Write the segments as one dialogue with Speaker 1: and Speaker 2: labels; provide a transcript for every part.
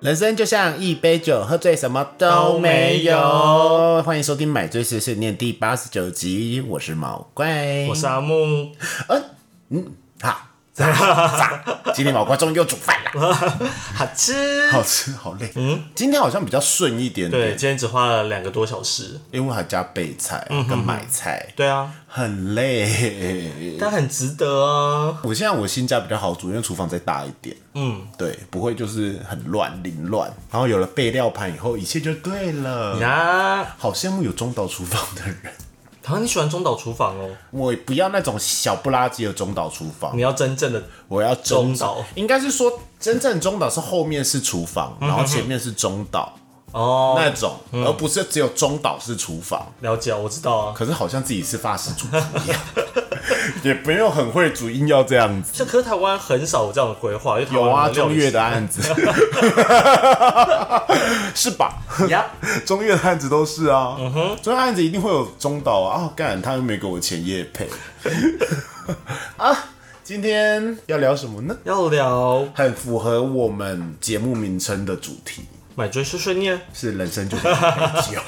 Speaker 1: 人生就像一杯酒，喝醉什么都没
Speaker 2: 都
Speaker 1: 有。欢迎收听《买醉碎碎念》第八十九集，我是毛怪，
Speaker 2: 我是阿木，
Speaker 1: 哈。炸 炸今天毛怪终于又煮饭了，
Speaker 2: 好吃。
Speaker 1: 好吃好累。嗯，今天好像比较顺一点
Speaker 2: 对，
Speaker 1: 点，
Speaker 2: 今天只花了两个多小时。
Speaker 1: 因为还加备菜跟买菜，
Speaker 2: 对啊，
Speaker 1: 很累。
Speaker 2: 但很值得啊。
Speaker 1: 我现在我新家比较好煮，因为厨房再大一点，
Speaker 2: 嗯，
Speaker 1: 对，不会就是很乱凌乱。然后有了备料盘以后，一切就对了。
Speaker 2: 呀，
Speaker 1: 好羡慕有中岛厨房的人。
Speaker 2: 好像你喜欢中岛厨房哦，
Speaker 1: 我不要那种小不拉几的中岛厨房
Speaker 2: 你，要真正的
Speaker 1: 我要真
Speaker 2: 中岛
Speaker 1: 应该是说真正中岛是后面是厨房，然后前面是中岛
Speaker 2: 哦。
Speaker 1: 那种，而不是只有中岛是厨房。
Speaker 2: 了解，我知道啊。
Speaker 1: 可是好像自己是法式主厨啊一样， 也没有很会煮，硬要这样子。
Speaker 2: 这可是台湾很少有这样的规划，因为台湾
Speaker 1: 有啊，
Speaker 2: 料
Speaker 1: 中
Speaker 2: 理
Speaker 1: 越的案子 是吧？
Speaker 2: 呀，
Speaker 1: 中越的案子都是啊，中越案子一定会有中岛啊。哦，干，他又没给我钱业配 啊。今天要聊什么呢？
Speaker 2: 要聊
Speaker 1: 很符合我们节目名称的主题，
Speaker 2: 买醉碎碎念，
Speaker 1: 是人生就像一杯酒，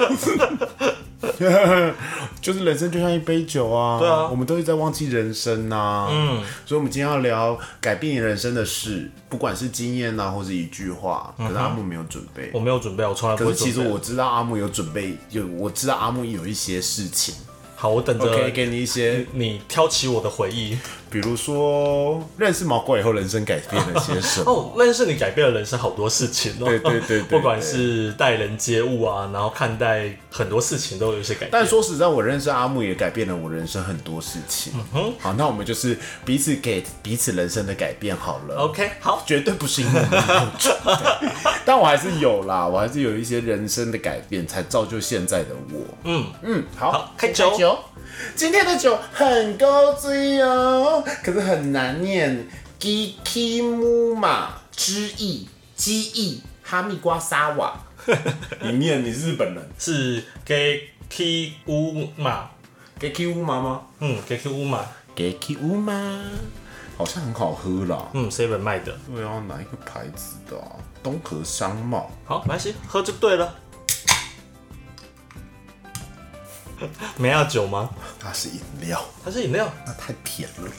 Speaker 1: 就是人生就像一杯酒啊。对
Speaker 2: 啊
Speaker 1: 我们都一直在忘记人生啊。嗯，所以我们今天要聊改变你人生的事，不管是经验啊，或是一句话。可是阿木没有准备，
Speaker 2: 我没有准备，我从来不
Speaker 1: 可
Speaker 2: 会
Speaker 1: 是其
Speaker 2: 准
Speaker 1: 实
Speaker 2: 备。
Speaker 1: 我知道阿木有准备，有我知道阿木有一些事情，
Speaker 2: 好，我等
Speaker 1: 我可以
Speaker 2: 着
Speaker 1: 给你一些，
Speaker 2: 你挑起我的回忆。
Speaker 1: 比如说认识毛怪以后人生改变了些什么。
Speaker 2: 哦，认识你改变了人生好多事情哦。
Speaker 1: 对对对对
Speaker 2: 不管是待人接物啊，然后看待很多事情都有一些改变。
Speaker 1: 但说实在，我认识阿木也改变了我人生很多事情。
Speaker 2: 嗯
Speaker 1: 好，那我们就是彼此给彼此人生的改变好了。
Speaker 2: OK，好，
Speaker 1: 绝对不是因为我们有准 备但我还是有啦，我还是有一些人生的改变，才造就现在的我。嗯嗯，好，
Speaker 2: 好开酒
Speaker 1: 今天的酒很高级哦，可是很难念。g i k i m u m a 之意，鸡翼哈密瓜沙 瓦。你念你是日本人
Speaker 2: 是 Gay K 乌马，
Speaker 1: g i k i m u m a 吗
Speaker 2: 嗯，Gay K 乌马，
Speaker 1: g i k i m u m a 好像很好喝啦。
Speaker 2: 嗯，Seven 卖的。
Speaker 1: 对啊，哪一个牌子的、啊？东河商贸。
Speaker 2: 好，没关系，喝就对了。 没要酒吗？
Speaker 1: 它是饮料，
Speaker 2: 它是饮料，
Speaker 1: 那太甜了，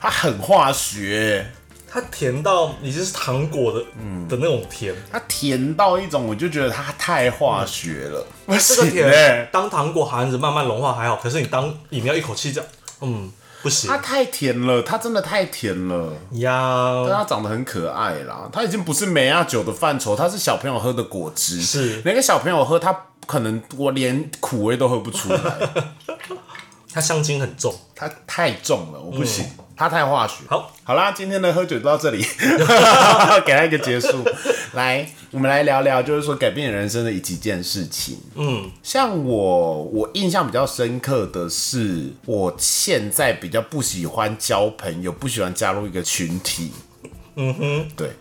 Speaker 1: 它很化学，
Speaker 2: 它甜到已经是糖果的、
Speaker 1: 嗯
Speaker 2: 的那种甜。
Speaker 1: 它甜到一种我就觉得它太化学了，不
Speaker 2: 这个
Speaker 1: 行
Speaker 2: 甜、
Speaker 1: 欸，
Speaker 2: 当糖果含着慢慢融化还好，可是你当饮料一口气这样，嗯，不行
Speaker 1: 它太甜了，它真的太甜了。但
Speaker 2: 呀。
Speaker 1: 它长得很可爱啦，它已经不是美亚酒的范畴，它是小朋友喝的果汁，
Speaker 2: 是
Speaker 1: 每个小朋友喝，它可能我连苦味都喝不出来，
Speaker 2: 它香精很重，
Speaker 1: 它太重了，我不行，它太化学。
Speaker 2: 嗯好，
Speaker 1: 好啦，今天的喝酒就到这 里，给他一个结束。来，我们来聊聊，就是说改变人生的几件事情。
Speaker 2: 嗯，
Speaker 1: 像我，我印象比较深刻的是，我现在比较不喜欢交朋友，不喜欢加入一个群体。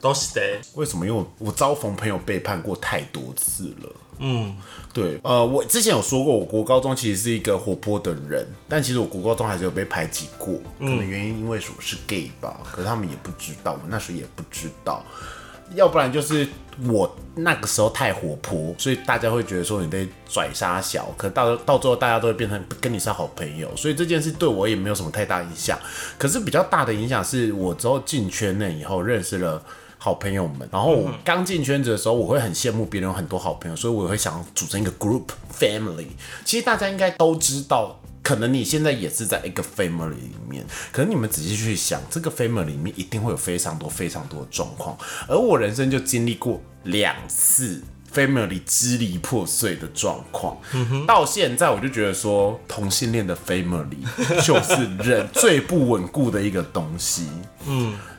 Speaker 2: 都是的。
Speaker 1: 为什么？因为我我遭逢朋友背叛过太多次了。嗯，对，呃，我之前有说过，我国高中其实是一个活泼的人，但其实我国高中还是有被排挤过，可能原因因为我是 gay 吧，可是他们也不知道，我那时候也不知道。要不然就是我那个时候太活泼，所以大家会觉得说你在拽沙小，可到到最后大家都会变成跟你是好朋友，所以这件事对我也没有什么太大影响。可是比较大的影响是我之后进圈内以后认识了。好朋友们，然后我刚进圈子的时候，我会很羡慕别人有很多好朋友，所以我也会想组成一个 group family。其实大家应该都知道，可能你现在也是在一个 family 里面，可能你们仔细去想，这个 family 里面一定会有非常多非常多的状况，而我人生就经历过两次 family 支离破碎的状况，到现在我就觉得说，同性恋的 family 就是人最不稳固的一个东西。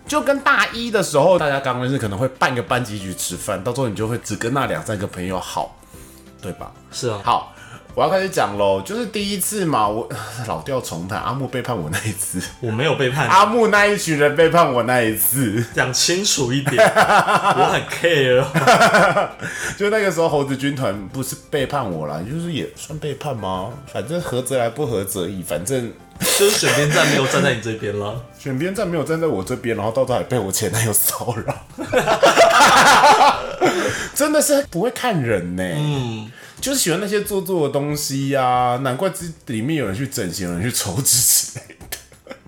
Speaker 1: 就跟大一的时候，大家刚认识，可能会半个班级一起吃饭，到最后你就会只跟那两三个朋友好，对吧？
Speaker 2: 是啊，
Speaker 1: 好，我要开始讲喽，就是第一次嘛，我 老调重弹，阿木背叛我那一次，
Speaker 2: 我没有背叛你，
Speaker 1: 阿木那一群人背叛我那一次，
Speaker 2: 讲清楚一 点，我很 care。
Speaker 1: 就那个时候猴子军团不是背叛我啦，就是也算背叛吗？反正合则来，不合则已，反正
Speaker 2: 就是选边站没有站在你这边了，
Speaker 1: 选边站没有站在我这边，然后到头还被我前男友骚 扰，真的是不会看人呢、嗯，就是喜欢那些做作的东西呀、难怪这里面有人去整形，有人去抽脂之类的，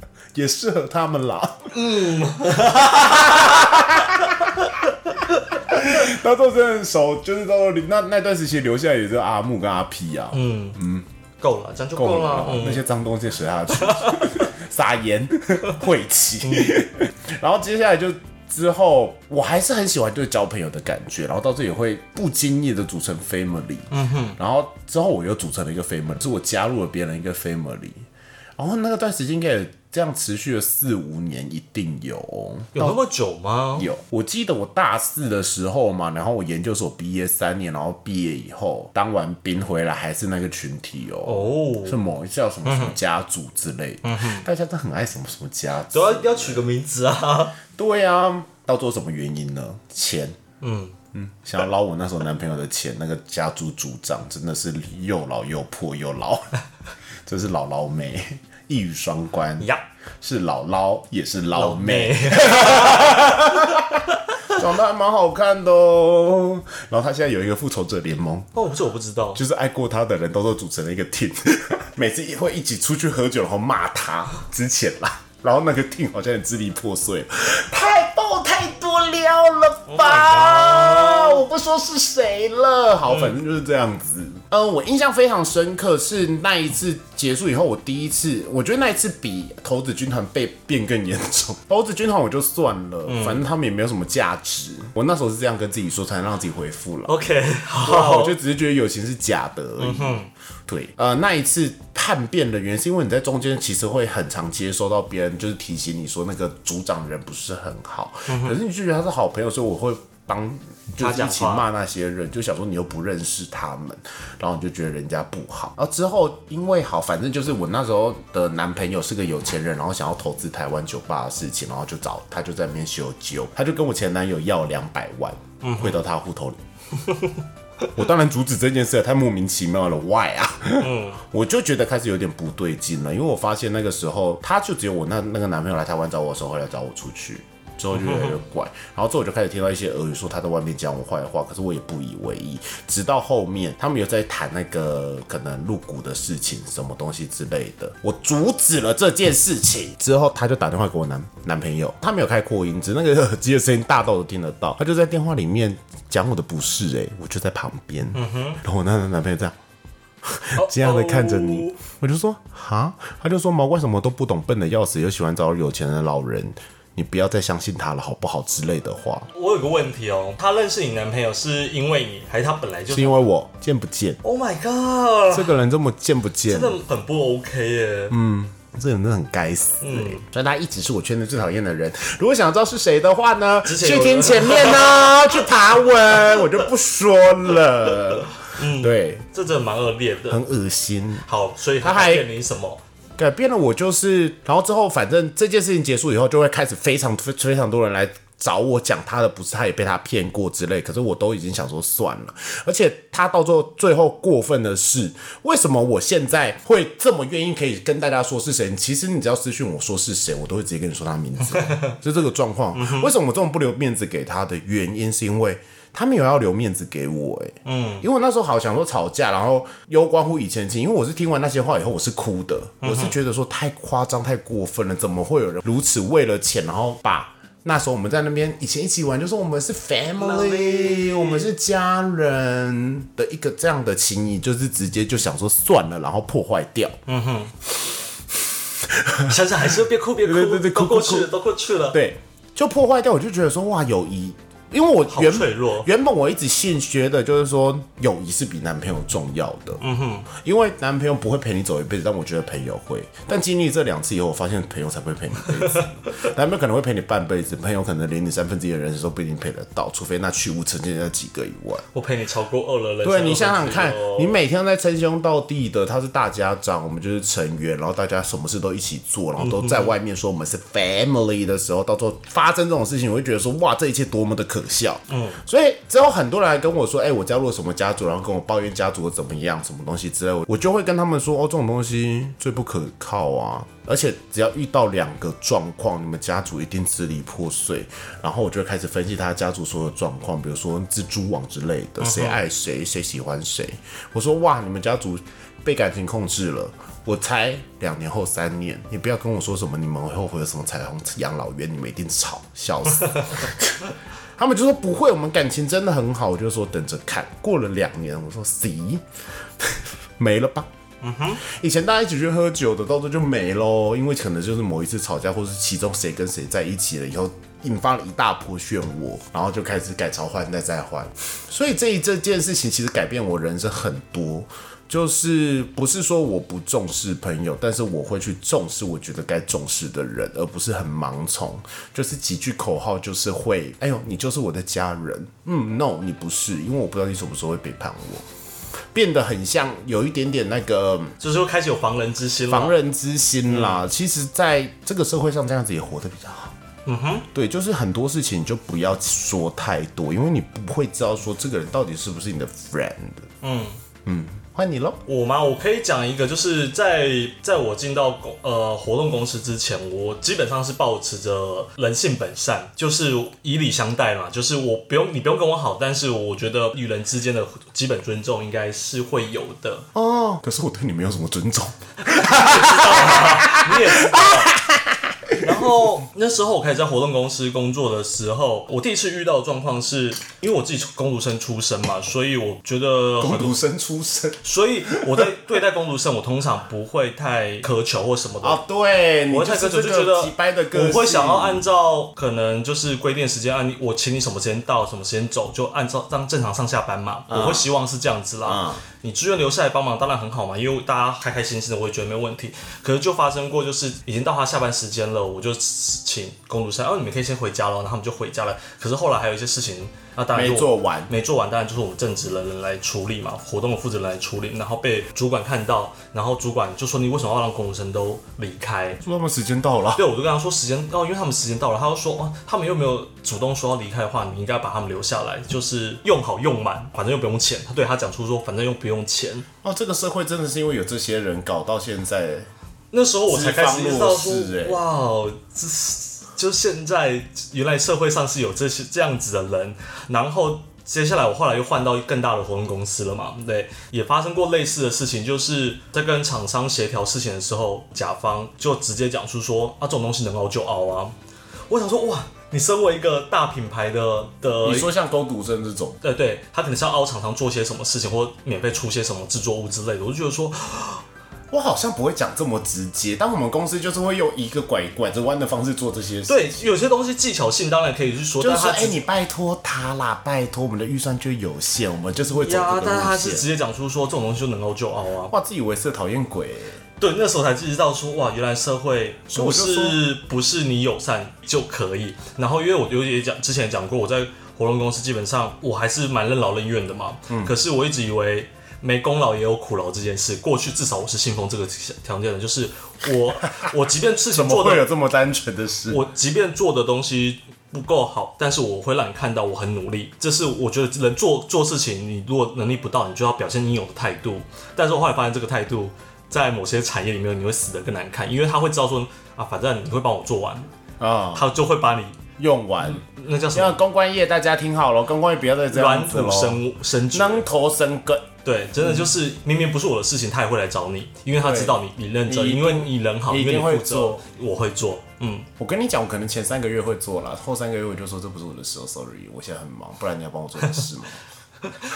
Speaker 1: 也适合他们啦。嗯， 到时候真的很熟，就是到时候那那段时期留下来也就是阿木跟阿 P 啊，
Speaker 2: 够了，这样就够了。
Speaker 1: 那
Speaker 2: 嗯，
Speaker 1: 些脏东西谁下去？ 撒盐、 晦气。
Speaker 2: 嗯
Speaker 1: 然后接下来就之后，我还是很喜欢就是交朋友的感觉，然后到这里会不经意的组成 family。嗯哼。然后之后我又组成了一个 family，是我加入了别人一个 family。然后那个段时间应该也这样持续了四五年，一定有哦。
Speaker 2: 有那么久吗？
Speaker 1: 有，我记得我大四的时候嘛，然后我研究所毕业三年，然后毕业以后当完兵回来还是那个群体哦。
Speaker 2: 哦，嗯
Speaker 1: 是某一叫什么什么家族之类的，大家都很爱什么什么家族
Speaker 2: 主。要要取个名字啊。
Speaker 1: 对啊，到最后什么原因呢？钱，嗯嗯，想要捞我那时候男朋友的钱，那个家族族长真的是又老又破又 老，真是老老美，一语双关，
Speaker 2: 呀，
Speaker 1: 是老捞也是老
Speaker 2: 老
Speaker 1: 妹
Speaker 2: 妹，，
Speaker 1: 长得还蛮好看的哦。然后他现在有一个复仇者联盟，
Speaker 2: 哦，这我不知道。
Speaker 1: 就是爱过他的人都都组成了一个 team，每 次会一起出去喝酒，然后骂他之前啦，然后那个 team 好像也支离破碎，太爆太多料了吧
Speaker 2: Oh my god 嗯
Speaker 1: 我不说是谁了，好，反正就是这样子。嗯，我印象非常深刻是那一次结束以后，我第一次，我觉得那一次比头子军团被变更严重。头子军团我就算了，
Speaker 2: 嗯
Speaker 1: 反正他们也没有什么价值。我那时候是这样跟自己说，才能让自己回复了。
Speaker 2: OK，
Speaker 1: 啊，
Speaker 2: 好嗯
Speaker 1: 我，就只是觉得友情是假的而已。对，呃，那一次叛变的原因是因为你在中间其实会很常接收到别人就是提醒你说那个组长人不是很好，可是你就觉得他是好朋友，所以我会帮就
Speaker 2: 他
Speaker 1: 是一
Speaker 2: 讲话
Speaker 1: 起骂那些人，就想说你又不认识他们，然后你就觉得人家不好。然后之后因为好，反正就是我那时候的男朋友是个有钱人，然后想要投资台湾酒吧的事情，然后就找他就在那边修酒，他就跟我前男友要两百万，汇到他户头里。我当然阻止这件事，太莫名其妙了，why 啊？我就觉得开始有点不对劲了，因为我发现那个时候，他就只有我那那个男朋友来台湾找我的时候会来找我出去，之后就越来越怪，然后之后我就开始听到一些俄语说他在外面讲我坏话，可是我也不以为意，直到后面他们有在谈那个可能入股的事情，什么东西之类的，我阻止了这件事情之后，他就打电话给我男男朋友，他没有开扩音，只是那个耳机的声音大到我听得到，他就在电话里面讲我的不是、欸，哎，我就在旁边，然后我那个男朋友这样。这样的看着
Speaker 2: 哦
Speaker 1: 你，我就说哈，他就说毛怪什么都不懂，笨的要死，又喜欢找有钱的老人，你不要再相信他了，好不好之类的话，
Speaker 2: 我有个问题哦，她认识你男朋友是因为你，还是她本来就是
Speaker 1: 因为我贱不贱？
Speaker 2: ？Oh my god，
Speaker 1: 这个人这么贱不贱
Speaker 2: 真？的很不 OK 耶。嗯，
Speaker 1: 这人真的很该死、欸。所以他一直是我圈内最讨厌的人。如果想知道是谁的话呢，
Speaker 2: 前
Speaker 1: 去
Speaker 2: 有人
Speaker 1: 听前面呢，去爬文，我就不说 了。
Speaker 2: 嗯
Speaker 1: 对，
Speaker 2: 这真的蛮恶劣的。
Speaker 1: 很恶心。
Speaker 2: 好，所以
Speaker 1: 她
Speaker 2: 她
Speaker 1: 还
Speaker 2: 还骗你什么？
Speaker 1: 改变了我就是，然后之后反正这件事情结束以后，就会开始非常非非常多人来找我讲他的不是，他也被他骗过之类。可是我都已经想说算了，而且他到最后最后过分的是，为什么我现在会这么愿意可以跟大家说是谁？其实你只要私讯我说是谁，我都会直接跟你说他名字，就这个状况。为什么我这么不留面子给他的原因，是因为。他没有要留面子给我、欸，嗯，因为我那时候好想说吵架，然后攸关乎以前的情，因为我是听完那些话以后，我是哭的，我是觉得说太夸张、太过分了，怎么会有人如此为了钱，然后把那时候我们在那边以前一起玩，就说我们是 family，我们是家人的一个这样的情谊，就是直接就想说算了，然后破坏掉，
Speaker 2: 想想还是别哭，别哭，
Speaker 1: 对对对对哭
Speaker 2: 都过
Speaker 1: 哭
Speaker 2: 去了，都过去了。
Speaker 1: 对，就破坏掉，我就觉得说哇，友谊因为我
Speaker 2: 好
Speaker 1: 原
Speaker 2: 脆弱
Speaker 1: 原本我一直信觉得就是说友谊是比男朋友重要的，嗯哼，因为男朋友不会陪你走一辈子，但我觉得朋友会。但经历这两次以后，我发现朋友才不会陪你一辈子，男朋友可能会陪你半辈子，朋友可能连你三分之一的人生都不一定陪得到，除非那去无曾经那几个以外。
Speaker 2: 我陪你超过二了人生
Speaker 1: 对你想想
Speaker 2: 20
Speaker 1: 看
Speaker 2: 哦，
Speaker 1: 你每天在称兄道弟的，他是大家长，我们就是成员，然后大家什么事都一起做，然后都在外面说我们是 family 的时候，到最后发生这种事情，我会觉得说哇，这一切多么的可笑。嗯，所以之后很多人来跟我说，哎、我加入了什么家族，然后跟我抱怨家族怎么样，什么东西之类的，我就会跟他们说，哦，这种东西最不可靠啊。而且只要遇到两个状况，你们家族一定支离破碎。然后我就会开始分析他家族所有状况，比如说蜘蛛网之类的，谁爱谁，谁喜欢谁。我说哇，你们家族被感情控制了。我猜两年后、三年，你不要跟我说什么你们会后悔有什么彩虹养老院，你们一定吵，笑死。他们就说不会，我们感情真的很好。我就说等着看，过了两年，我说 see，没了吧。以前大家一起去喝酒的，到最后就没喽，因为可能就是某一次吵架，或是其中谁跟谁在一起了以后，引发了一大波漩涡，然后就开始改朝换代再换。所以这一这件事情其实改变我人生很多，就是不是说我不重视朋友，但是我会去重视我觉得该重视的人，而不是很盲从，就是几句口号就是会，哎呦，你就是我的家人，嗯，no，你不是，因为我不知道你什么时候会背叛我。变得很像，有一点点那个嗯
Speaker 2: 就是会开始有防人之心了。
Speaker 1: 防人之心啦。其实，在这个社会上，这样子也活得比较好。嗯哼，对，就是很多事情你就不要说太多，因为你不会知道说这个人到底是不是你的 friend。嗯嗯，换你喽。
Speaker 2: 我吗？我可以讲一个，就是在在我进到公呃活动公司之前，我基本上是保持着人性本善，就是以礼相待嘛，就是我不用你不用跟我好，但是我觉得与人之间的基本尊重应该是会有的。
Speaker 1: 哦，可是我对你没有什么尊重。
Speaker 2: 你也知道。 然后那时候我开始在活动公司工作的时候，我第一次遇到的状况是，因为我自己工读生出身嘛，所以我觉得
Speaker 1: 工读生出身
Speaker 2: 所以我在对待工读生，我通常不会太苛求或什么的。
Speaker 1: 啊，对，你
Speaker 2: 我会
Speaker 1: 就
Speaker 2: 太苛
Speaker 1: 是这
Speaker 2: 求，就觉
Speaker 1: 个几掰的
Speaker 2: 得
Speaker 1: 个
Speaker 2: 我会想要
Speaker 1: 性
Speaker 2: 按照可能就是规定时间，按我请你什么时间到，什么时间走，就按照当正常上下班嘛。
Speaker 1: 嗯
Speaker 2: 我会希望是这样子啦。你自愿留下来帮忙当然很好嘛，因为大家开开心心的，我也觉得没问题。可是就发生过，就是已经到他下班时间了，我就请工读生，哦，你们可以先回家了，然后他们就回家了。可是后来还有一些事情，那当然
Speaker 1: 没
Speaker 2: 就我
Speaker 1: 做完
Speaker 2: 没做完，当然就是我们正职的人来处理嘛，活动的负责人来处理，然后被主管看到，然后主管就说你为什么要让工读生都离开？
Speaker 1: 说他们时间到了，
Speaker 2: 对，我就跟他说时间哦到，因为他们时间到了，他就说哦，他们又没有主动说要离开的话，你应该把他们留下来，就是用好用满，反正又不用钱。他对他讲出说，反正又不用钱。
Speaker 1: 哦，这个社会真的是因为有这些人搞到现在，
Speaker 2: 那时候我才开始意识到说
Speaker 1: 资方弱势，欸
Speaker 2: 哇哦，这是就现在原来社会上是有这些这样子的人，然后。接下来我后来又换到更大的活动公司了嘛，对，也发生过类似的事情，就是在跟厂商协调事情的时候，甲方就直接讲出说啊，这种东西能熬就熬啊。我想说，哇，你身为一个大品牌的的
Speaker 1: 你说像工读生这种，
Speaker 2: 对对，他可能是要凹厂商做些什么事情，或免费出些什么制作物之类的。我就觉得说，
Speaker 1: 我好像不会讲这么直接，但我们公司就是会用一个拐拐着弯的方式做这些事。，
Speaker 2: 对，有些东西技巧性当然可以去说，
Speaker 1: 就是
Speaker 2: 但
Speaker 1: 说，
Speaker 2: 他
Speaker 1: 哎、
Speaker 2: 直
Speaker 1: 你拜托他啦，拜托，我们的预算就有限，我们就是会走这
Speaker 2: 呀
Speaker 1: 个，
Speaker 2: 但是他
Speaker 1: 路
Speaker 2: 是直
Speaker 1: 线。
Speaker 2: 接讲出说这种东西就能够就凹啊。
Speaker 1: 哇，自以为是的讨厌 鬼、
Speaker 2: 对，那时候才知道说哇，原来社会
Speaker 1: 以
Speaker 2: 不
Speaker 1: 我就是
Speaker 2: 不是你友善就可以。然后因为我有也讲之前也讲过，我在活动公司基本上我还是蛮任劳任怨的嘛。
Speaker 1: 嗯
Speaker 2: 可是我一直以为。没功劳也有苦劳这件事，过去至少我是信奉这个条件的，就是我我即便事情
Speaker 1: 怎么
Speaker 2: 做的
Speaker 1: 会有这么单纯的事？
Speaker 2: 我即便做的东西不够好，但是我会让你看到我很努力。这是我觉得人做做事情，你如果能力不到，你就要表现你有的态度。但是我后来发现这个态度在某些产业里面你会死得更难看，因为他会知道说啊，反正你会帮我做完，
Speaker 1: 啊、
Speaker 2: 他就会把你
Speaker 1: 用完。
Speaker 2: 那叫什
Speaker 1: 像
Speaker 2: 么
Speaker 1: 公关业，大家听好了，公关业不要再这
Speaker 2: 软
Speaker 1: 样子
Speaker 2: 骨
Speaker 1: 喽，
Speaker 2: 生生枝。
Speaker 1: 能头生根。
Speaker 2: 对，真的就是明明不是我的事情，他也会来找你，因为他知道你你认真，
Speaker 1: 你一定
Speaker 2: 因为你人好，
Speaker 1: 你一
Speaker 2: 因为
Speaker 1: 定
Speaker 2: 你
Speaker 1: 会
Speaker 2: 负责
Speaker 1: 做，
Speaker 2: 我会做，嗯。
Speaker 1: 我跟你讲，我可能前三个月会做啦，后三个月我就说这不是我的事哦，sorry，我现在很忙，不然你要帮我做点事 吗？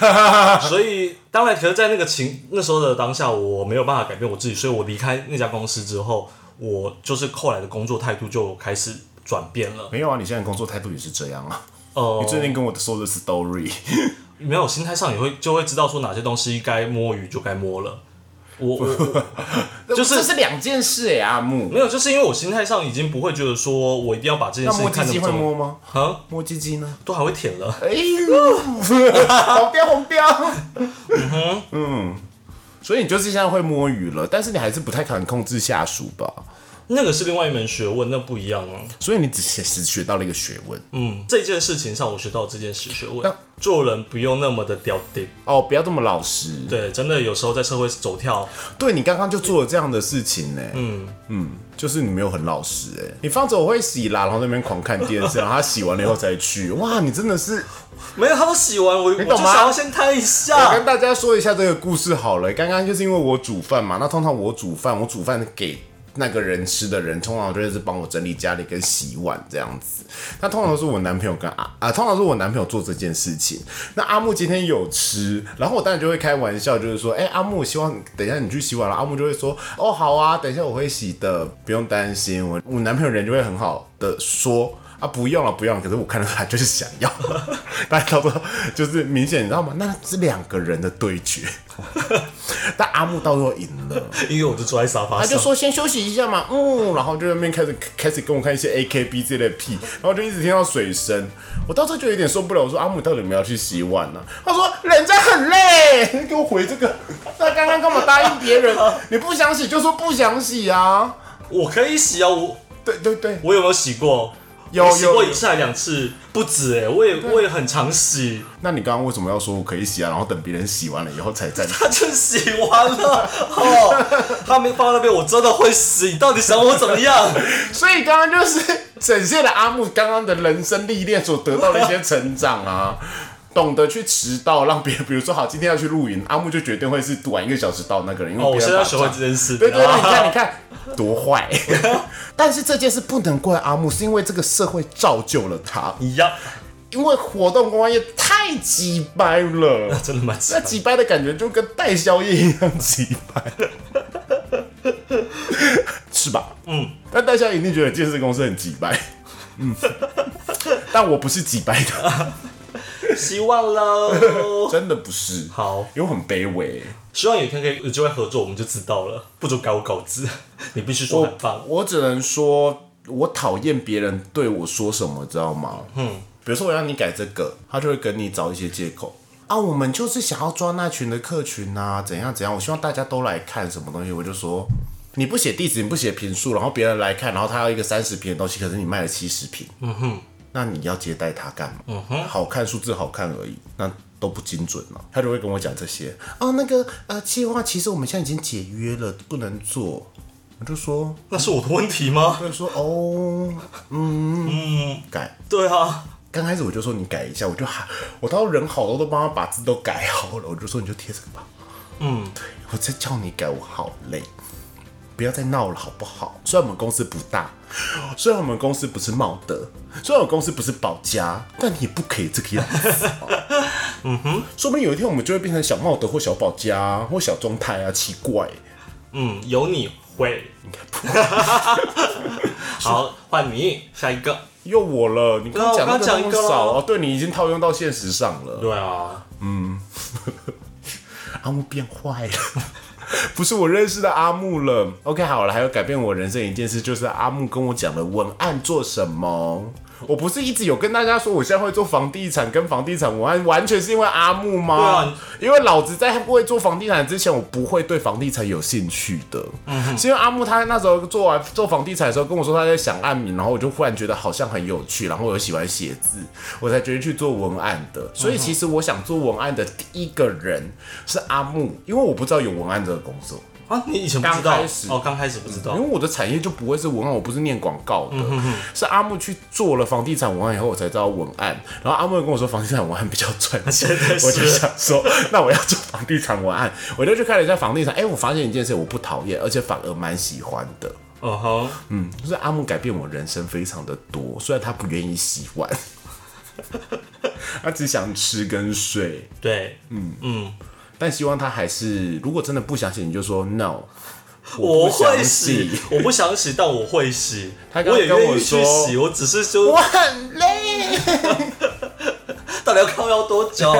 Speaker 2: 啊所以当然，可是，在那个情那时候的当下，我没有办法改变我自己，所以我离开那家公司之后，我就是后来的工作态度就开始转变了。
Speaker 1: 没有啊，你现在工作态度也是这样啊。
Speaker 2: 哦
Speaker 1: 你最近跟我说的 story，
Speaker 2: 没有心态上也会就会知道说哪些东西该摸鱼就该摸了。我我 我就是
Speaker 1: 这是两件事哎、阿木。
Speaker 2: 没有，就是因为我心态上已经不会觉得说我一定要把这件
Speaker 1: 那
Speaker 2: 事
Speaker 1: 摸
Speaker 2: 情
Speaker 1: 鸡
Speaker 2: 看得
Speaker 1: 鸡
Speaker 2: 这
Speaker 1: 会
Speaker 2: 么重，
Speaker 1: 摸吗？
Speaker 2: 啊，
Speaker 1: 摸鸡鸡呢？
Speaker 2: 都还会舔了。
Speaker 1: 哎呦，红标红标。嗯哼，嗯。所以你就是现在会摸鱼了，但是你还是不太敢控制下属吧？
Speaker 2: 那个是另外一门学问，那不一样啊。
Speaker 1: 所以你只学只学到了一个学问、
Speaker 2: 嗯，这件事情上我学到这件事学问
Speaker 1: 那，
Speaker 2: 做人不用那么的掉地。
Speaker 1: 哦，不要这么老实。
Speaker 2: 对，真的有时候在社会走跳，
Speaker 1: 对你刚刚就做了这样的事情呢、嗯嗯，就是你没有很老实哎、你放着我会洗啦，然后在那边狂看电视，然后他洗完了以后才去。哇，你真的是
Speaker 2: 没有他都洗完，我我
Speaker 1: 懂
Speaker 2: 就
Speaker 1: 吗
Speaker 2: 想要先摊一
Speaker 1: 我
Speaker 2: 下
Speaker 1: 跟。大家说一下这个故事好了。刚刚就是因为我煮饭嘛，那通常我煮饭，我煮饭给那个人吃的人，通常就是帮我整理家里跟洗碗这样子。那通常是我男朋友跟阿啊、通常是我男朋友做这件事情。那阿木今天有吃，然后我当然就会开玩笑，就是说，哎、阿木，我希望等一下你去洗碗了。阿木就会说，哦，好啊，等一下我会洗的，不用担心。我我男朋友人就会很好的说。啊，不用了，不用了。可是我看到他就是想要， 但到最后就是明显，你知道吗？那是两个人的对决， 但阿木到最后赢了，
Speaker 2: 因为我就坐在沙发
Speaker 1: 他就
Speaker 2: 上，
Speaker 1: 说先休息一下嘛，嗯，然后就在那边开始开始跟我看一些 AKB 之类的屁，然后就一直听到水声，我到这就有点受不了，我说阿木你到底有没有要去洗碗呢、他说人家很累，你给我回这个，他刚刚干嘛答应别 人？你不想洗就说不想洗啊，
Speaker 2: 我可以洗啊，我
Speaker 1: 对对对，
Speaker 2: 我有没有洗过？
Speaker 1: 有
Speaker 2: 我洗
Speaker 1: 有
Speaker 2: 过
Speaker 1: 有
Speaker 2: 一次还两次，不止哎、我也我也很常洗，
Speaker 1: 那你刚刚为什么要说我可以洗啊？然后等别人洗完了以后才站起来
Speaker 2: 他就洗完 了哦，他没放在那边，我真的会洗，你到底想我怎么 样？
Speaker 1: 所以刚刚就是展现了阿木刚刚的人生历练所得到的一些成长啊，懂得去迟到，让别人，比如说好，今天要去露营，阿木就决定会是晚一个小时到那个人，因为
Speaker 2: 哦，我
Speaker 1: 别人
Speaker 2: 现在要
Speaker 1: 把
Speaker 2: 学会
Speaker 1: 账
Speaker 2: 这件事，
Speaker 1: 对对对，你看你
Speaker 2: 啊，
Speaker 1: 看多 坏，但是这件事不能怪阿木，是因为这个社会造就了他，
Speaker 2: 一样，
Speaker 1: 因为活动公关业太鸡掰了。
Speaker 2: 真的蛮喜
Speaker 1: 那
Speaker 2: 欢。
Speaker 1: 几掰的感觉就跟代宵夜一样几掰，是吧？嗯，但代宵一定觉得建设公司很几掰，嗯，但我不是几掰的，
Speaker 2: 希望 喽。
Speaker 1: 真的不是，
Speaker 2: 好，
Speaker 1: 因为我很卑微，
Speaker 2: 希望有一天可以有机会合作，我们就知道了。不准改我稿子， 你必须说很棒。
Speaker 1: 我只能说，我讨厌别人对我说什么，知道吗？嗯，比如说我让你改这个，他就会跟你找一些借口。啊，我们就是想要抓那群的客群啊，怎样怎样，我希望大家都来看什么东西，我就说你不写地址，你不写评述，然后别人来看，然后他要一个三十平的东西，可是你卖了七十平，嗯哼，那你要接待他干嘛？嗯哼，好看数字好看而已，那都不精准了、他就会跟我讲这些哦，那个呃，计划其实我们现在已经解约了，不能做，我就说
Speaker 2: 那是我的问题吗？
Speaker 1: 他就说哦，嗯嗯，改。
Speaker 2: 对啊，
Speaker 1: 刚开始我就说你改一下，我就喊我到人好多都帮他把字都改好了，我就说你就贴这个吧。
Speaker 2: 嗯，
Speaker 1: 对我再叫你改，我好累，不要再闹了好不好？虽然我们公司不大，虽然我们公司不是茂德，虽然我们公司不是保家，但你也不可以这个样子。嗯哼，说不定有一天我们就会变成小茂德或小保家、啊、或小中泰啊，奇怪、
Speaker 2: 嗯，有你 会。好，换你下一个。
Speaker 1: 又我了，你刚刚讲那
Speaker 2: 对啊我刚刚讲一
Speaker 1: 个
Speaker 2: 个
Speaker 1: 那么少
Speaker 2: 了
Speaker 1: 哦，对你已经套用到现实上了。
Speaker 2: 对啊，
Speaker 1: 阿木变坏了。 不是我认识的阿木了。OK，好了，还有改变我人生一件事，就是阿木跟我讲的文案做什么。我不是一直有跟大家说我现在会做房地产跟房地产文案，完全是因为阿木吗？
Speaker 2: 对啊
Speaker 1: 因为老子在不会做房地产之前，我不会对房地产有兴趣的。是因为阿木他那时候做完做房地产的时候跟我说他在想案名，然后我就忽然觉得好像很有趣，然后我又喜欢写字，我才决定去做文案的。所以其实我想做文案的第一个人是阿木，因为我不知道有文案这个工作。
Speaker 2: 啊，你以前不知
Speaker 1: 刚
Speaker 2: 道
Speaker 1: 开始嗯
Speaker 2: 哦，刚开始不知道
Speaker 1: 因为。我的产业就不会是文案，我不是念广告
Speaker 2: 嗯
Speaker 1: 的，是阿木去做了房地产文案以后，我才知道文案。然后阿木跟我说房地产文案比较赚钱，
Speaker 2: 啊真的是
Speaker 1: 我就想说，那我要做房地产文案，我就去看了一下房地产。哎、我发现一件事，我不讨厌，而且反而蛮喜欢的。
Speaker 2: 嗯哼，
Speaker 1: 嗯，就是阿木改变我人生非常的多，虽然他不愿意洗碗，他只想吃跟睡，
Speaker 2: 对，
Speaker 1: 嗯
Speaker 2: 嗯
Speaker 1: 但希望他还是，如果真的不想洗，你就说 no，
Speaker 2: 我
Speaker 1: 不想
Speaker 2: 会洗，我不想洗，但我会洗。
Speaker 1: 他刚刚
Speaker 2: 也
Speaker 1: 跟我
Speaker 2: 愿意去
Speaker 1: 说
Speaker 2: 洗，我只是就
Speaker 1: 我很累。
Speaker 2: 到底要靠腰 多久？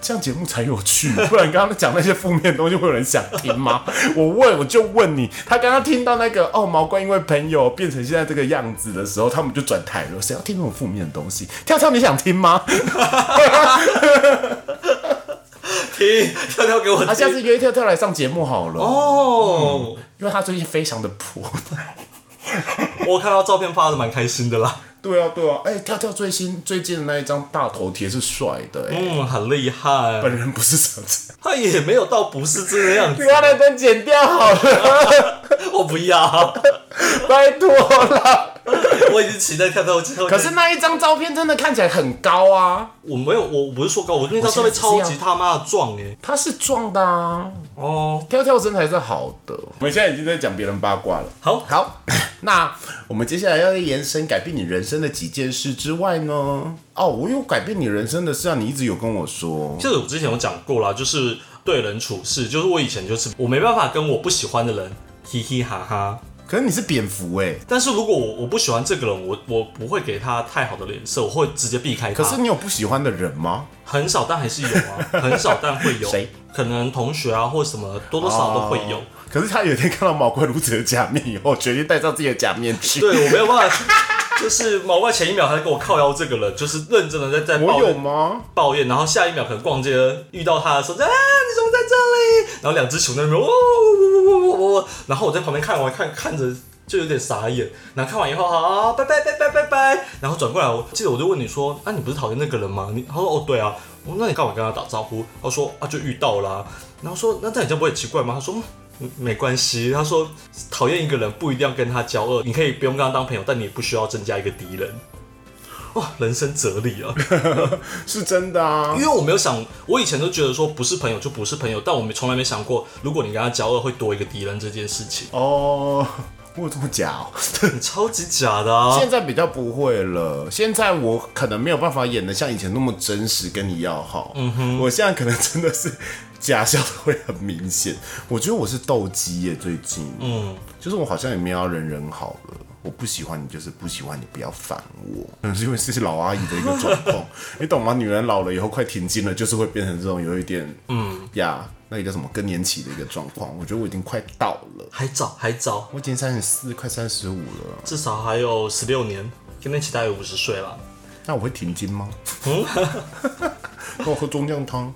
Speaker 1: 这样节目才有趣， 不然刚刚讲那些负面的东西，会有人想听吗？ 我问，我就问你，他刚刚听到那个哦，毛怪因为朋友变成现在这个样子的时候，他们就转台了，谁要听那种负面的东西？跳跳，你想听吗？
Speaker 2: 停，跳跳给我
Speaker 1: 啊他下
Speaker 2: 停。
Speaker 1: 次约跳跳来上节目好了，
Speaker 2: 哦，
Speaker 1: 因为他最近非常的破。
Speaker 2: 我看到照片发的蛮开心的啦。
Speaker 1: 对啊，对啊，哎、跳跳最新最近的那一张大头贴是帅的、哎、
Speaker 2: 嗯，很厉害。
Speaker 1: 本人不是长这样，
Speaker 2: 他也没有到不是这个样子
Speaker 1: 你，把那段剪掉好 了，
Speaker 2: 我不要，
Speaker 1: 拜托啦。
Speaker 2: 我已经期待跳跳之后。
Speaker 1: 可是那一张照片真的看起来很高啊，
Speaker 2: 我没有，我我不是说高，我那张照片超级他妈的壮哎、
Speaker 1: 他是壮的啊，
Speaker 2: 哦，
Speaker 1: 跳跳身材是好的。我们现在已经在讲别人八卦了。
Speaker 2: 好，
Speaker 1: 好，那我们接下来要延伸改变你人生的几件事之外呢？哦，我有改变你人生的事啊，你一直有跟我说。
Speaker 2: 这个我之前有讲过啦，就是对人处事，就是我以前就是我没办法跟我不喜欢的人 嘻嘻哈哈，
Speaker 1: 可是你是蝙蝠哎、
Speaker 2: 但是如果我我不喜欢这个人，我我不会给他太好的脸色，我会直接避开他。
Speaker 1: 可是你有不喜欢的人吗？
Speaker 2: 很少，但还是 有啊，很少但会有。
Speaker 1: 谁？
Speaker 2: 可能同学啊，或什么多多少少都会有。
Speaker 1: 哦可是他有一天看到毛怪如此的假面以后，决定戴上自己的假面具。
Speaker 2: 对我没有办法，就是毛怪前一秒还在跟我靠腰这个人，就是认真的在在
Speaker 1: 我
Speaker 2: 抱
Speaker 1: 有
Speaker 2: 怨
Speaker 1: 吗？
Speaker 2: 抱怨，然后下一秒可能逛街遇到他的时候，就啊你怎么在这里？然后两只熊在那边哦，喔喔喔喔喔然后我在旁边看完看看着。就有点傻眼，然后看完以后，好，拜拜拜拜拜拜，然后转过来，我记得我就问你说，啊，你不是讨厌那个人吗？你他说哦对啊，我说那你干嘛跟他打招呼？他说啊就遇到啦、然后说那这样你这样不会很奇怪吗？他说嗯没关系，他说讨厌一个人不一定要跟他交恶，你可以不用跟他当朋友，但你也不需要增加一个敌人。哇，人生哲理啊！
Speaker 1: 是真的啊，
Speaker 2: 因。为我没有想，我以前都觉得说不是朋友就不是朋友，但我们从来没想过，如果你跟他交恶，会多一个敌人这件事情
Speaker 1: 哦，我有这么假哦、
Speaker 2: 你超级假的啊！
Speaker 1: 现在比较不会了，现在我可能没有办法演的像以前那么真实，跟你要好。嗯哼，我现在可能真的是假笑的会很明显。我觉得我是斗鸡耶，最近，嗯，就是我好像也没有要人人好了。我不喜欢你，就是不喜欢你，不要烦我。可能是因为是老阿姨的一个状况，你懂吗？女人老了以后快停经了，就是会变成这种有一点，嗯呀，那个叫什么更年期的一个状况。我觉得我已经快到了，
Speaker 2: 还早还早，
Speaker 1: 我已经三十四，快三十五了。
Speaker 2: 至少还有十六年，今天期待有五十岁了。
Speaker 1: 那我会停经吗？ 跟我喝中酱汤。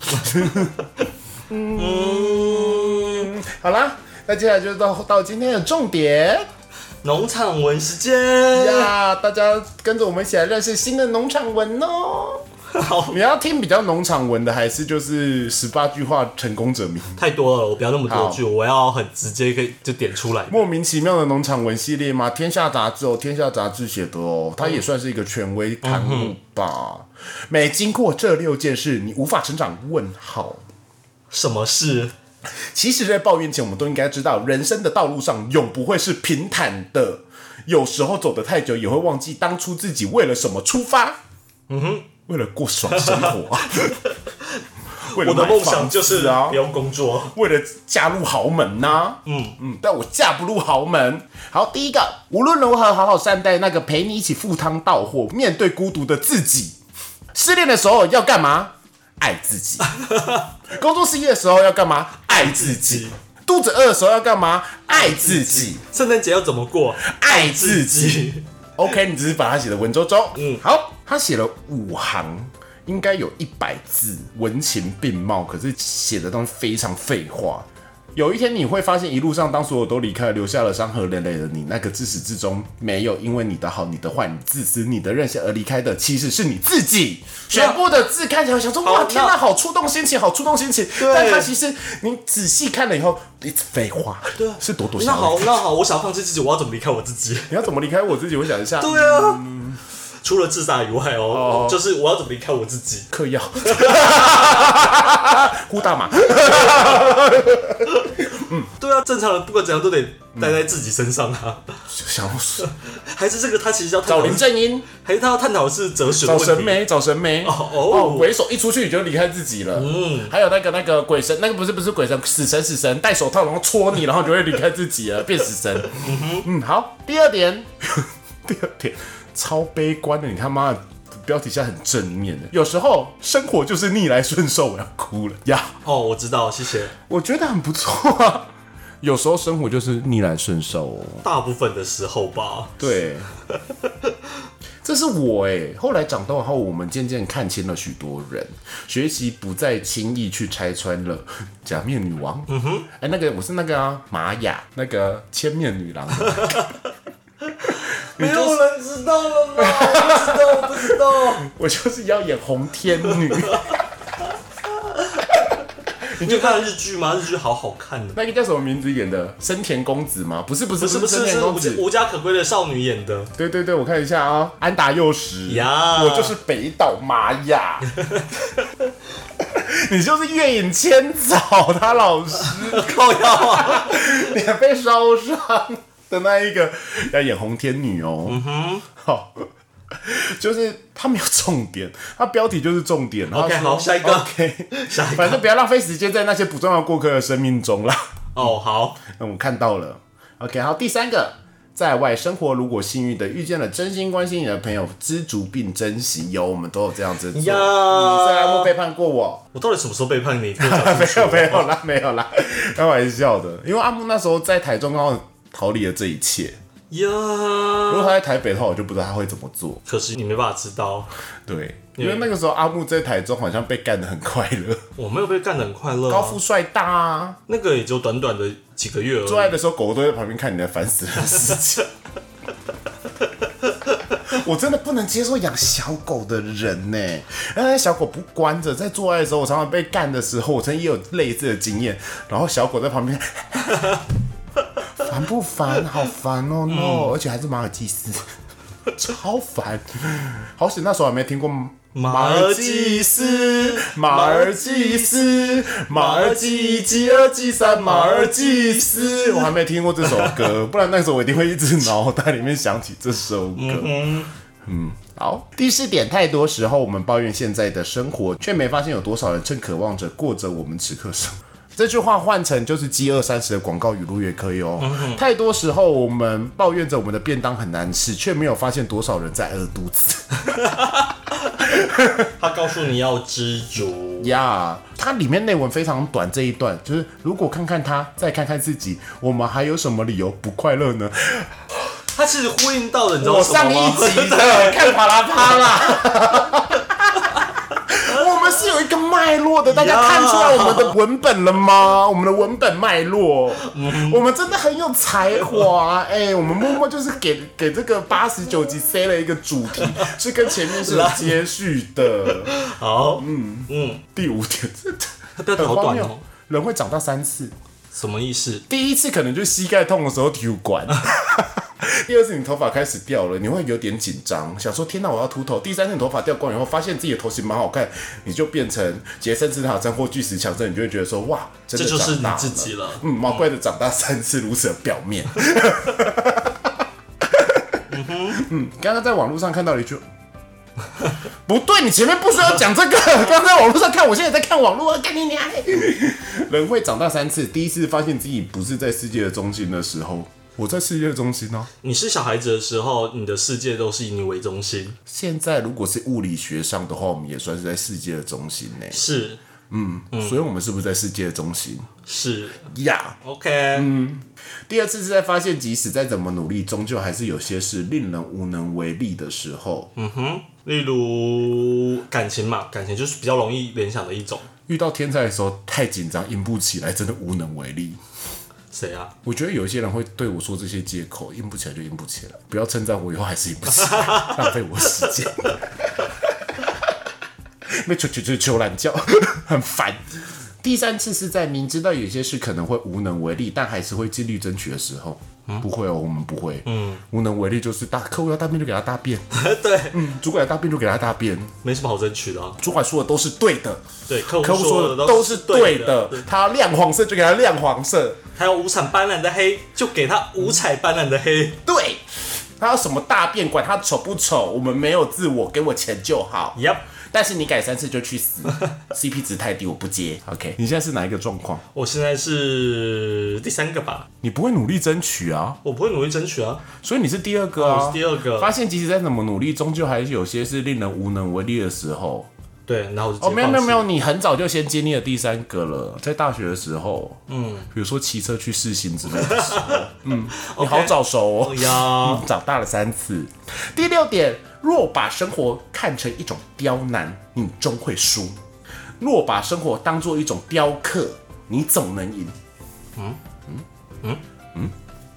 Speaker 1: 嗯，好啦，那接下来就到到今天的重点
Speaker 2: 农场文时间，
Speaker 1: 呀，大家跟着我们一起来认识新的农场文哦。
Speaker 2: 好，
Speaker 1: 你要听比较农场文的，还是就是十八句话成功者名？
Speaker 2: 太多了，我不要那么多句，我要很直接可以就点出来。
Speaker 1: 莫名其妙的农场文系列吗？天下杂志哦，天下杂志写的哦，它也算是一个权威刊物吧。每经过这六件事，你无法成长？问号。
Speaker 2: 什么事？
Speaker 1: 其实，在抱怨前，我们都应该知道，人生的道路上永不会是平坦的。有时候走得太久，也会忘记当初自己为了什么出发。嗯哼，为了过爽生活 啊！为了
Speaker 2: 我的
Speaker 1: 买
Speaker 2: 梦
Speaker 1: 房
Speaker 2: 想就
Speaker 1: 子
Speaker 2: 是
Speaker 1: 啊
Speaker 2: 不，用工作。
Speaker 1: 为了嫁入豪门呐、嗯嗯，但我嫁不入豪门。好，第一个，无论如何好好善待那个陪你一起赴汤蹈火、面对孤独的自己。失恋的时候要干嘛？爱自 己。工作失业的时候要干嘛？爱自己。肚子饿的时候要干嘛？爱自己，
Speaker 2: 圣诞节要怎么过？
Speaker 1: 爱自己。OK，你只是把它写的文绉绉。嗯，好，他写了五行，应该有一百字，文情并茂，可是写的东西非常废话。有一天你会发现，一路上当所有都离开了，留下了伤痕累累的你，那个自始至终没有因为你的好、你的坏、你自私、你的任性而离开的，其实是你自己。全部的字看起来想说，哇，
Speaker 2: 啊好
Speaker 1: 天哪，
Speaker 2: 那
Speaker 1: 好触动心情，好触动心情。
Speaker 2: 对
Speaker 1: 但它其实你仔细看了以后，it's 废话，
Speaker 2: 对啊
Speaker 1: 是朵朵
Speaker 2: 那
Speaker 1: 想要
Speaker 2: 好，那好，我想要放弃自己，我要怎么离开我自己？
Speaker 1: 你要怎么离开我自己？我想一下，
Speaker 2: 对啊，除了自杀以外哦
Speaker 1: 哦，
Speaker 2: 就是我要怎么离开我自己？
Speaker 1: 嗑 药，呼大麻。
Speaker 2: 对啊，正常人不管怎样都得待在自己身上 啊。
Speaker 1: 想要说
Speaker 2: 还是这个他其实要探
Speaker 1: 找
Speaker 2: 讨
Speaker 1: 哦林，正英，
Speaker 2: 还是他要探讨的是哲学
Speaker 1: 找
Speaker 2: 问
Speaker 1: 神
Speaker 2: 题。
Speaker 1: 眉，找神眉。
Speaker 2: 哦
Speaker 1: 哦，
Speaker 2: 哦，
Speaker 1: 鬼手一出去你就离开自己了。嗯，还有那个那个鬼神，那个不是不是鬼神，死神死神戴手套然后戳你，然后你就会离开自己 了，变死神。嗯哼，嗯好。第二点，第二点超悲观的，你他妈的标题下很正面的。有时候生活就是逆来顺受，我要哭了呀
Speaker 2: 哦，我知道，谢谢。
Speaker 1: 我觉得很不错啊。有时候生活就是逆来顺受、哦。
Speaker 2: 大部分的时候吧，
Speaker 1: 对， 这是我哎、后来长大后，我们渐渐看清了许多人，学习不再轻易去拆穿了 假面女王。嗯哼，哎、那个我是那个啊，玛雅，那个千面女郎。
Speaker 2: 没有人知道了吗？我不知道，我不知道。
Speaker 1: 我就是要演红天女。
Speaker 2: 你就看了日剧吗？日剧好好看的，
Speaker 1: 那个叫什么名字演的？生田公子吗？不是不是
Speaker 2: 不是不
Speaker 1: 生
Speaker 2: 是
Speaker 1: 田
Speaker 2: 是
Speaker 1: 公
Speaker 2: 无家
Speaker 1: 子。
Speaker 2: 无家可归的少女演 的。
Speaker 1: 对对对，我看一下啊、安达佑实
Speaker 2: 呀
Speaker 1: 我就是北岛玛 雅，你就是月影千草，他老师
Speaker 2: 靠腰啊！
Speaker 1: 脸被烧伤的那一个要演红天女哦，嗯哼，好，就是他没有重点，他标题就是重点。然后
Speaker 2: OK，
Speaker 1: 说
Speaker 2: 好下一个
Speaker 1: ，OK，
Speaker 2: 下一
Speaker 1: 反正
Speaker 2: 个
Speaker 1: 不要浪费时间在那些不重要过客的生命中啦。
Speaker 2: 哦，好，
Speaker 1: 嗯，我看到了。OK，好，第三个，在外生活如果幸运的遇见了真心关心你的朋友，知足并珍惜。有，我们都有这样子做。你
Speaker 2: 呀
Speaker 1: 在来没背叛过我？
Speaker 2: 我到底什么时候背 叛你？跟我讲清
Speaker 1: 没
Speaker 2: 楚
Speaker 1: 有，没有啦，没有啦， 开玩笑的。因为阿木那时候在台中刚好逃离了这一切。如
Speaker 2: 呀。
Speaker 1: 果他在台北的话，我就不知道他会怎么做。
Speaker 2: 可惜你没办法知道，
Speaker 1: 对，因为那个时候阿木在台中好像被干得很快乐，
Speaker 2: 我没有被干得很快乐、
Speaker 1: 高
Speaker 2: 啊，
Speaker 1: 富帅大啊，
Speaker 2: 那个也就短短的几个月而已。
Speaker 1: 做爱的时候狗狗都在旁边看你在烦死了事 情。我真的不能接受养小狗的人呢、然后那小狗不关着，在做爱的时候，我常常被干的时候，我曾经也有类似的经验。然后小狗在旁边，烦不烦？好烦哦、no！、而且还是马尔济斯，超烦。好险那时候还没听过
Speaker 2: 马尔济
Speaker 1: 斯，马尔济斯，马尔济济二济三，马尔济斯。我还没听过这首 歌，不然那时候我一定会一直脑袋里面想起这首歌。嗯好，第四点，太多时候我们抱怨现在的生活，却没发现有多少人正渴望着过着我们此刻生活。这句话换成就是饥饿三十的广告语录也可以哦。太多时候我们抱怨着我们的便当很难吃，却没有发现多少人在饿肚 子
Speaker 2: 他告诉你要知足，
Speaker 1: 呀。它里面内文非常短，这一段就是如果看看他，再看看自己，我们还有什么理由不快乐呢？
Speaker 2: 他其实呼应到的，你知道
Speaker 1: 我
Speaker 2: 什么
Speaker 1: 上一
Speaker 2: 吗？
Speaker 1: 集的看啪啦啪啦。我们是有一个脉络的，大家看出来我们的文本了吗？我们的文本脉络，
Speaker 2: 嗯
Speaker 1: 我们真的很有才华。哎、我们默默就是给给这个八十九集塞了一个主题，是跟前面是有接续的。
Speaker 2: 好，嗯
Speaker 1: 第五点， 这
Speaker 2: 他标题
Speaker 1: 嗯很
Speaker 2: 好
Speaker 1: 荒
Speaker 2: 短
Speaker 1: 谬
Speaker 2: 哦，，
Speaker 1: 人会长大三次。
Speaker 2: 什么意思？
Speaker 1: 第一次可能就是膝盖痛的时候体育馆， 第二次你头发开始掉了，你会有点紧张，想说天哪我要秃头。第三次你头发掉光以后，发现自己的头型蛮好看，你就变成杰森斯塔森或巨石强森，你就会觉得说哇，真
Speaker 2: 这
Speaker 1: 的
Speaker 2: 就是
Speaker 1: 长
Speaker 2: 你
Speaker 1: 大
Speaker 2: 自己了。
Speaker 1: 嗯，毛怪的长大三次如此的表面。嗯，刚刚在网络上看到了一句，不对，你前面不是要讲这个？刚刚在网络上看，我现在在看网络，干你娘嘞！人会长大三次，第一次发现自己不是在世界的中心的时候，我在世界的中心呢、
Speaker 2: 你是小孩子的时候，你的世界都是以你为中心，
Speaker 1: 现在如果是物理学上的话，我们也算是在世界的中心呢、
Speaker 2: 是
Speaker 1: 所以，我们是不是在世界的中心
Speaker 2: 是
Speaker 1: 呀
Speaker 2: ，OK，
Speaker 1: 嗯第二次是在发现，即使再怎么努力，终究还是有些事令人无能为力的时候。
Speaker 2: 例如感情嘛，感情就是比较容易联想的一种。
Speaker 1: 遇到天才的时候，太紧张，硬不起来，真的无能为力。
Speaker 2: 谁啊？
Speaker 1: 我觉得有一些人会对我说这些借口，硬不起来就硬不起来，不要称赞我以后还是硬不起来，浪费我时间。 被求求求求懒觉， 很烦。第三次是在明知道有些事可能会无能为力，但还是会尽力争取的时候。不会哦，我们不会。嗯，无能为力就是大客户要大便就给他大便，
Speaker 2: 对，
Speaker 1: 嗯，主管要大便就给他大便，
Speaker 2: 没什么好争取的、啊。
Speaker 1: 主管说的都是对的，
Speaker 2: 对，客
Speaker 1: 客
Speaker 2: 户
Speaker 1: 户说
Speaker 2: 说
Speaker 1: 的
Speaker 2: 的
Speaker 1: 都是
Speaker 2: 是
Speaker 1: 对
Speaker 2: 的
Speaker 1: 的。，他要亮黄色就给他亮黄色，
Speaker 2: 还有五彩斑斓的黑，就给他五彩斑斓的黑。
Speaker 1: 对，他要什么大便管他丑不丑，我们没有自我，给我钱就好。
Speaker 2: Yep，
Speaker 1: 但是你改三次就去 死，CP 值太低，我不接。OK，你现在是哪一个状况？
Speaker 2: 我现在是第三个吧，
Speaker 1: 你不会努力争取啊，
Speaker 2: 我不会努力争取啊。
Speaker 1: 所以你是第二个啊，
Speaker 2: 我是第二个
Speaker 1: 发现即使再怎么努力，终究还是有些是令人无能为力的时候。
Speaker 2: 对，然后我就直
Speaker 1: 哦，
Speaker 2: 接
Speaker 1: 没有没有没
Speaker 2: 放
Speaker 1: 有，你很早就先经历了第三个了，在大学的时候，嗯，比如说骑车去试行之类的时 候，嗯，你好早熟哦
Speaker 2: 弃。呀，
Speaker 1: 长大了三次。第六点，若把生活看成一种刁难，你终会输；若把生活当做一种雕刻，你总能赢。嗯嗯嗯嗯，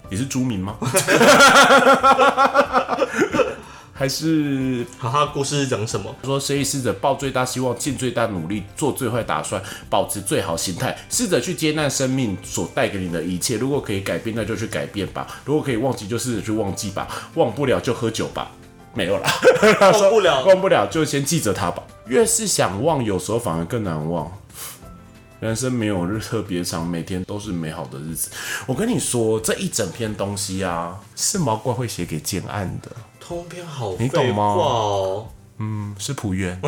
Speaker 1: 你是朱明 吗？还是
Speaker 2: 好，他的故事是讲什么？
Speaker 1: 说，生意试着抱最大希望，尽最大努力，做最坏打算，保持最好心态，试着去接纳生命所带给你的一切。如果可以改变，那就去改变吧；如果可以忘记，就试着去忘记吧；忘不了就喝酒吧。没有啦，
Speaker 2: 忘不了，
Speaker 1: 忘不了就先记着它吧。越是想忘，有时候反而更难忘。人生没有日特别长，每天都是美好的日子。我跟你说，这一整篇东西啊，是毛怪会写给建案的，
Speaker 2: 通篇好
Speaker 1: 你懂吗
Speaker 2: 废话哦
Speaker 1: 是朴 元。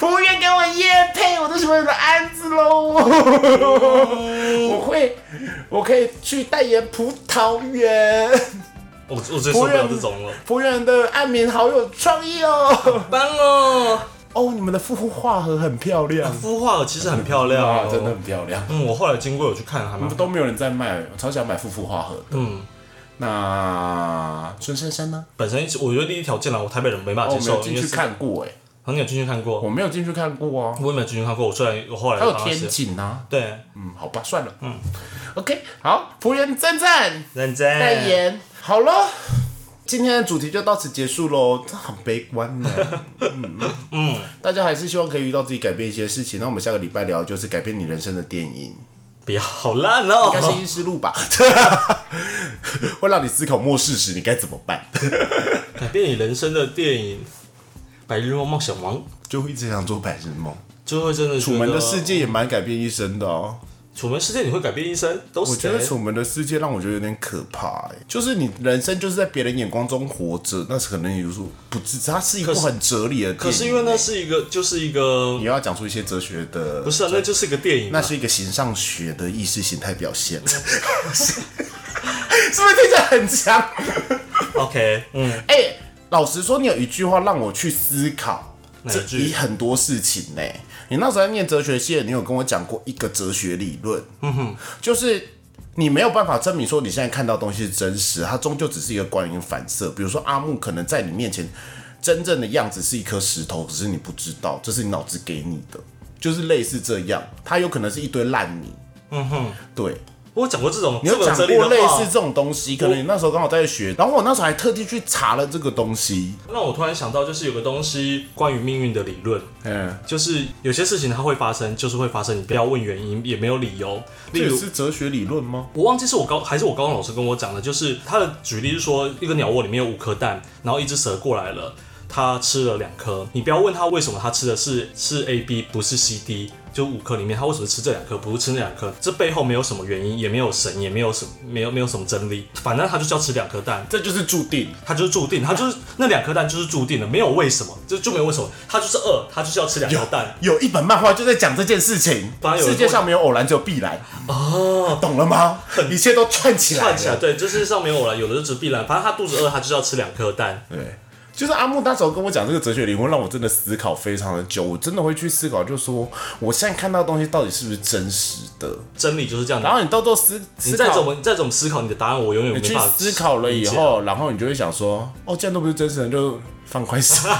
Speaker 1: 服务员给我夜配，我都是为了安子喽。我会，我可以去代言葡萄园。
Speaker 2: 我我最受不了这种了，
Speaker 1: 服务员的案名好有创意哦。
Speaker 2: 搬 了。
Speaker 1: 哦，你们的孵化盒很漂 亮
Speaker 2: 孵化其实很漂亮、哦
Speaker 1: 啊真的。很嗯漂亮。
Speaker 2: 嗯，我后来经过有去看，还蛮
Speaker 1: 都没有人在卖，我超想买孵孵化盒的。
Speaker 2: 嗯。
Speaker 1: 那孙珊珊呢？
Speaker 2: 本身一直我觉得第一条进来，我台北人没办
Speaker 1: 哦
Speaker 2: 法
Speaker 1: 我
Speaker 2: 接
Speaker 1: 没
Speaker 2: 受，
Speaker 1: 有进去，看过哎、
Speaker 2: 很有进去看过，
Speaker 1: 我没有进去看过啊。
Speaker 2: 我也没有进去看过。我虽然我后来
Speaker 1: 还有
Speaker 2: 帮他
Speaker 1: 天
Speaker 2: 写
Speaker 1: 井啊，
Speaker 2: 对
Speaker 1: 嗯，好吧，算了，嗯，OK，好，服务员赞赞。
Speaker 2: 认真
Speaker 1: 代言。好了，今天的主题就到此结束喽。这很悲观呢。 嗯嗯，大家还是希望可以遇到自己改变一些事情。那我们下个礼拜聊就是改变你人生的电影，
Speaker 2: 不要好烂
Speaker 1: 应该是《
Speaker 2: 哦。
Speaker 1: 意识路》吧？ 会让你思考末世时你该怎么办，
Speaker 2: 改变你人生的 电影《白日梦梦想王》
Speaker 1: 就会一直想做白日梦。
Speaker 2: 就会真的
Speaker 1: 楚
Speaker 2: 楚
Speaker 1: 门的世，界也蛮改变一生的哦。
Speaker 2: 楚门世界你会改变一生，都是
Speaker 1: 我觉得
Speaker 2: 谁
Speaker 1: 楚门的世界让我觉得有点可怕、欸，就是你人生就是在别人眼光中活着，那是可能有时候不自知，它是一部
Speaker 2: 可是
Speaker 1: 很哲理的电影欸、
Speaker 2: 可是因为那是一个，就是一个
Speaker 1: 你，要讲出一些哲学的，
Speaker 2: 不是啊，那就是一个电影啊。
Speaker 1: 那是一个形上学的意识形态表 现， 是不是听起来很强？
Speaker 2: OK，嗯，
Speaker 1: 哎、老实说，你有一句话让我去思考
Speaker 2: 哪
Speaker 1: 这
Speaker 2: 一句
Speaker 1: 一很多事情呢、你那时候在念哲学系，你有跟我讲过一个哲学理论，嗯哼，就是。你没有办法证明说你现在看到的东西是真实，它终究只是一个观影反射。比如说阿木可能在你面前真正的样子是一颗石头，可是你不知道，这是你脑子给你的，就是类似这样，它有可能是一堆烂泥。嗯哼，对，
Speaker 2: 我有讲过这种，
Speaker 1: 你
Speaker 2: 这
Speaker 1: 有
Speaker 2: 么
Speaker 1: 讲
Speaker 2: 哲理
Speaker 1: 过
Speaker 2: 的
Speaker 1: 类
Speaker 2: 话
Speaker 1: 似这种东西，可能你那时候刚好在学，然后我那时候还特地去查了这个东西。
Speaker 2: 让我突然想到，就是有个东西关于命运的理论，
Speaker 1: 嗯，
Speaker 2: 就是有些事情它会发生，就是会发生，你不要问原因，也没有理由。
Speaker 1: 这
Speaker 2: 例
Speaker 1: 也
Speaker 2: 如，
Speaker 1: 是哲学理论吗？
Speaker 2: 我忘记是我高还是我高中老师跟我讲的，就是他的举例是说，一个鸟窝里面有五颗蛋，然后一只蛇过来了，它吃了两颗，你不要问他为什么它吃的是是 A B 不是 C D，就五颗里面它为什么吃这两颗不是吃那两颗，这背后没有什么原因，也没有神，也没有什么没有没有什么真理，反正它就是要吃两颗蛋，
Speaker 1: 这就是注定。
Speaker 2: 它就是注定，它就是那两颗蛋就是注定的，没有为什么，就就没有为什么，它就是饿，它就是要吃两颗蛋。
Speaker 1: 有一本漫画就在讲这件事情
Speaker 2: 当，然有
Speaker 1: 世界上没有偶然，只有必然。哦，懂了吗？一切都串起来
Speaker 2: 串起来，
Speaker 1: 了。
Speaker 2: 对，这世界上没有偶然，有的就只必然，反正它肚子饿，它就是要吃两颗蛋。
Speaker 1: 对，就是阿木那时候跟我讲这个哲学理论，让我真的思考非常的久。我真的会去思考，就是说我现在看到的东西到底是不是真实的。
Speaker 2: 真理就是这样的
Speaker 1: 然。后你到时候思
Speaker 2: 你
Speaker 1: 思
Speaker 2: 再怎
Speaker 1: 考，
Speaker 2: 么你再怎么思考你的答案，我永远
Speaker 1: 你
Speaker 2: 没
Speaker 1: 去
Speaker 2: 办法
Speaker 1: 思考了以
Speaker 2: 理解。啊
Speaker 1: 后，然后你就会想说，哦，既然都不是真实的，就放宽心。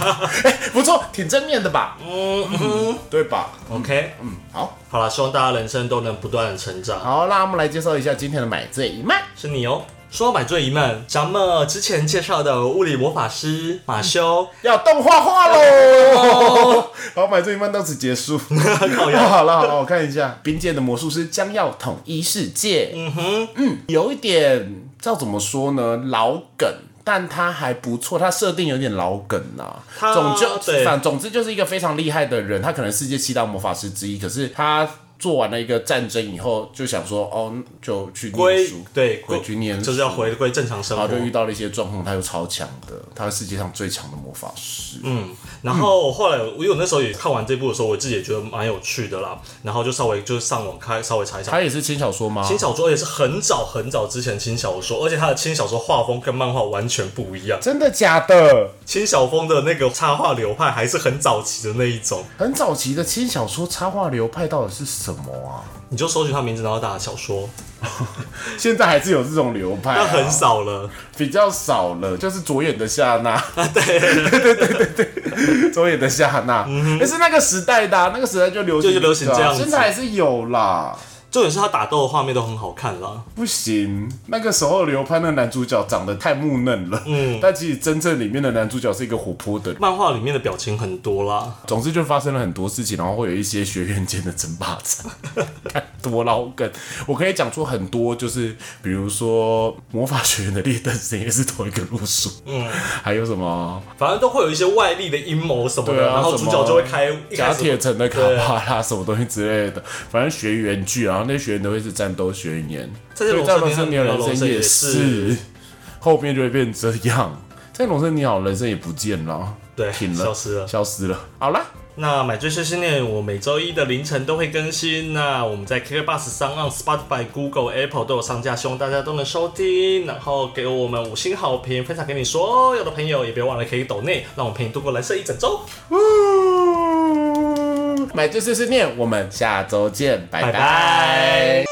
Speaker 1: 哎、不错，挺正面的吧？嗯，对吧？
Speaker 2: OK，嗯，
Speaker 1: 好，
Speaker 2: 好了，希望大家人生都能不断的成长。
Speaker 1: 好，那我们来介绍一下今天的买醉一卖。
Speaker 2: 是你哦。说到买醉一梦，咱们之前介绍的物理魔法师马修，
Speaker 1: 要动画化喽！好，买醉一漫到此结束。好了 好了好了，我看一下，冰界的魔术师将要统一世界。嗯哼，嗯，有一点，照怎么说呢，老梗。但它还不错，它设定有点老梗呐、
Speaker 2: 它
Speaker 1: 总就
Speaker 2: 对
Speaker 1: 反总之就是一个非常厉害的人，他可能世界七大魔法师之一，可是他做完了一个战争以后，就想说哦，就去念
Speaker 2: 归
Speaker 1: 书，
Speaker 2: 对
Speaker 1: 回去念书，
Speaker 2: 就是要回归正常生
Speaker 1: 然
Speaker 2: 活
Speaker 1: 后。就遇到了一些状况，他又超强的，他是世界上最强的魔法师。嗯，
Speaker 2: 然后后来，因为我那时候也看完这部的时候，我自己也觉得蛮有趣的啦。然后就稍微就是上网开稍微查一下
Speaker 1: 他也是轻小说吗？
Speaker 2: 轻小说，也是很早很早之前轻小说，而且他的轻小说画风跟漫画完全不一样。
Speaker 1: 真的假的？
Speaker 2: 轻小风的那个插画流派还是很早期的那一种，
Speaker 1: 很早期的轻小说插画流派到底是什么啊？
Speaker 2: 你就搜取他名字，然后打小说，
Speaker 1: 现在还是有这种流派、
Speaker 2: 那
Speaker 1: 啊，
Speaker 2: 很少了。
Speaker 1: 比较少了，就是左眼的夏娜，
Speaker 2: 啊
Speaker 1: 对对对对对，左眼的夏娜，也是那个时代的啊、那个时代就流行
Speaker 2: 嗯就流行这样子
Speaker 1: 现在还是有啦。
Speaker 2: 重点是他打斗的画面都很好看啦。
Speaker 1: 不行，那个时候流派那个男主角长得太木嫩了，嗯，但其实真正里面的男主角是一个活泼的人。
Speaker 2: 漫画里面的表情很多啦，
Speaker 1: 总之就发生了很多事情，然后会有一些学院间的争霸战， 看多老梗。我可以讲出很多，就是比如说魔法学院的劣等生也是同一个路数，嗯，还有什么
Speaker 2: 反正都会有一些外力的阴谋什么
Speaker 1: 对
Speaker 2: 的，
Speaker 1: 啊
Speaker 2: 然后主角就会开一
Speaker 1: 假
Speaker 2: 开
Speaker 1: 铁
Speaker 2: 始
Speaker 1: 城的卡帕拉什么东西之类的，反正学员剧，然后那些学员都会是战斗学员，
Speaker 2: 在这
Speaker 1: 所以
Speaker 2: 龙
Speaker 1: 在
Speaker 2: 生
Speaker 1: 龙生
Speaker 2: 年
Speaker 1: 你好
Speaker 2: 和龙
Speaker 1: 人生
Speaker 2: 生
Speaker 1: 也
Speaker 2: 也
Speaker 1: 是
Speaker 2: 是，
Speaker 1: 后面就会变这样。在龙生你好人生也不见了，
Speaker 2: 对
Speaker 1: 停了，
Speaker 2: 消失了。
Speaker 1: 消失了。好了，
Speaker 2: 那买醉碎碎念，我每周一的凌晨都会更新。那我们在 KKBox 上、on Spotify、Google、Apple 都有上架，希望大家都能收听，然后给我们五星好评，分享给你所有的朋友，也别忘了可以抖内，让我们陪你度过蓝色一整周。
Speaker 1: 呜买醉碎碎念，我们下周见，拜
Speaker 2: 拜拜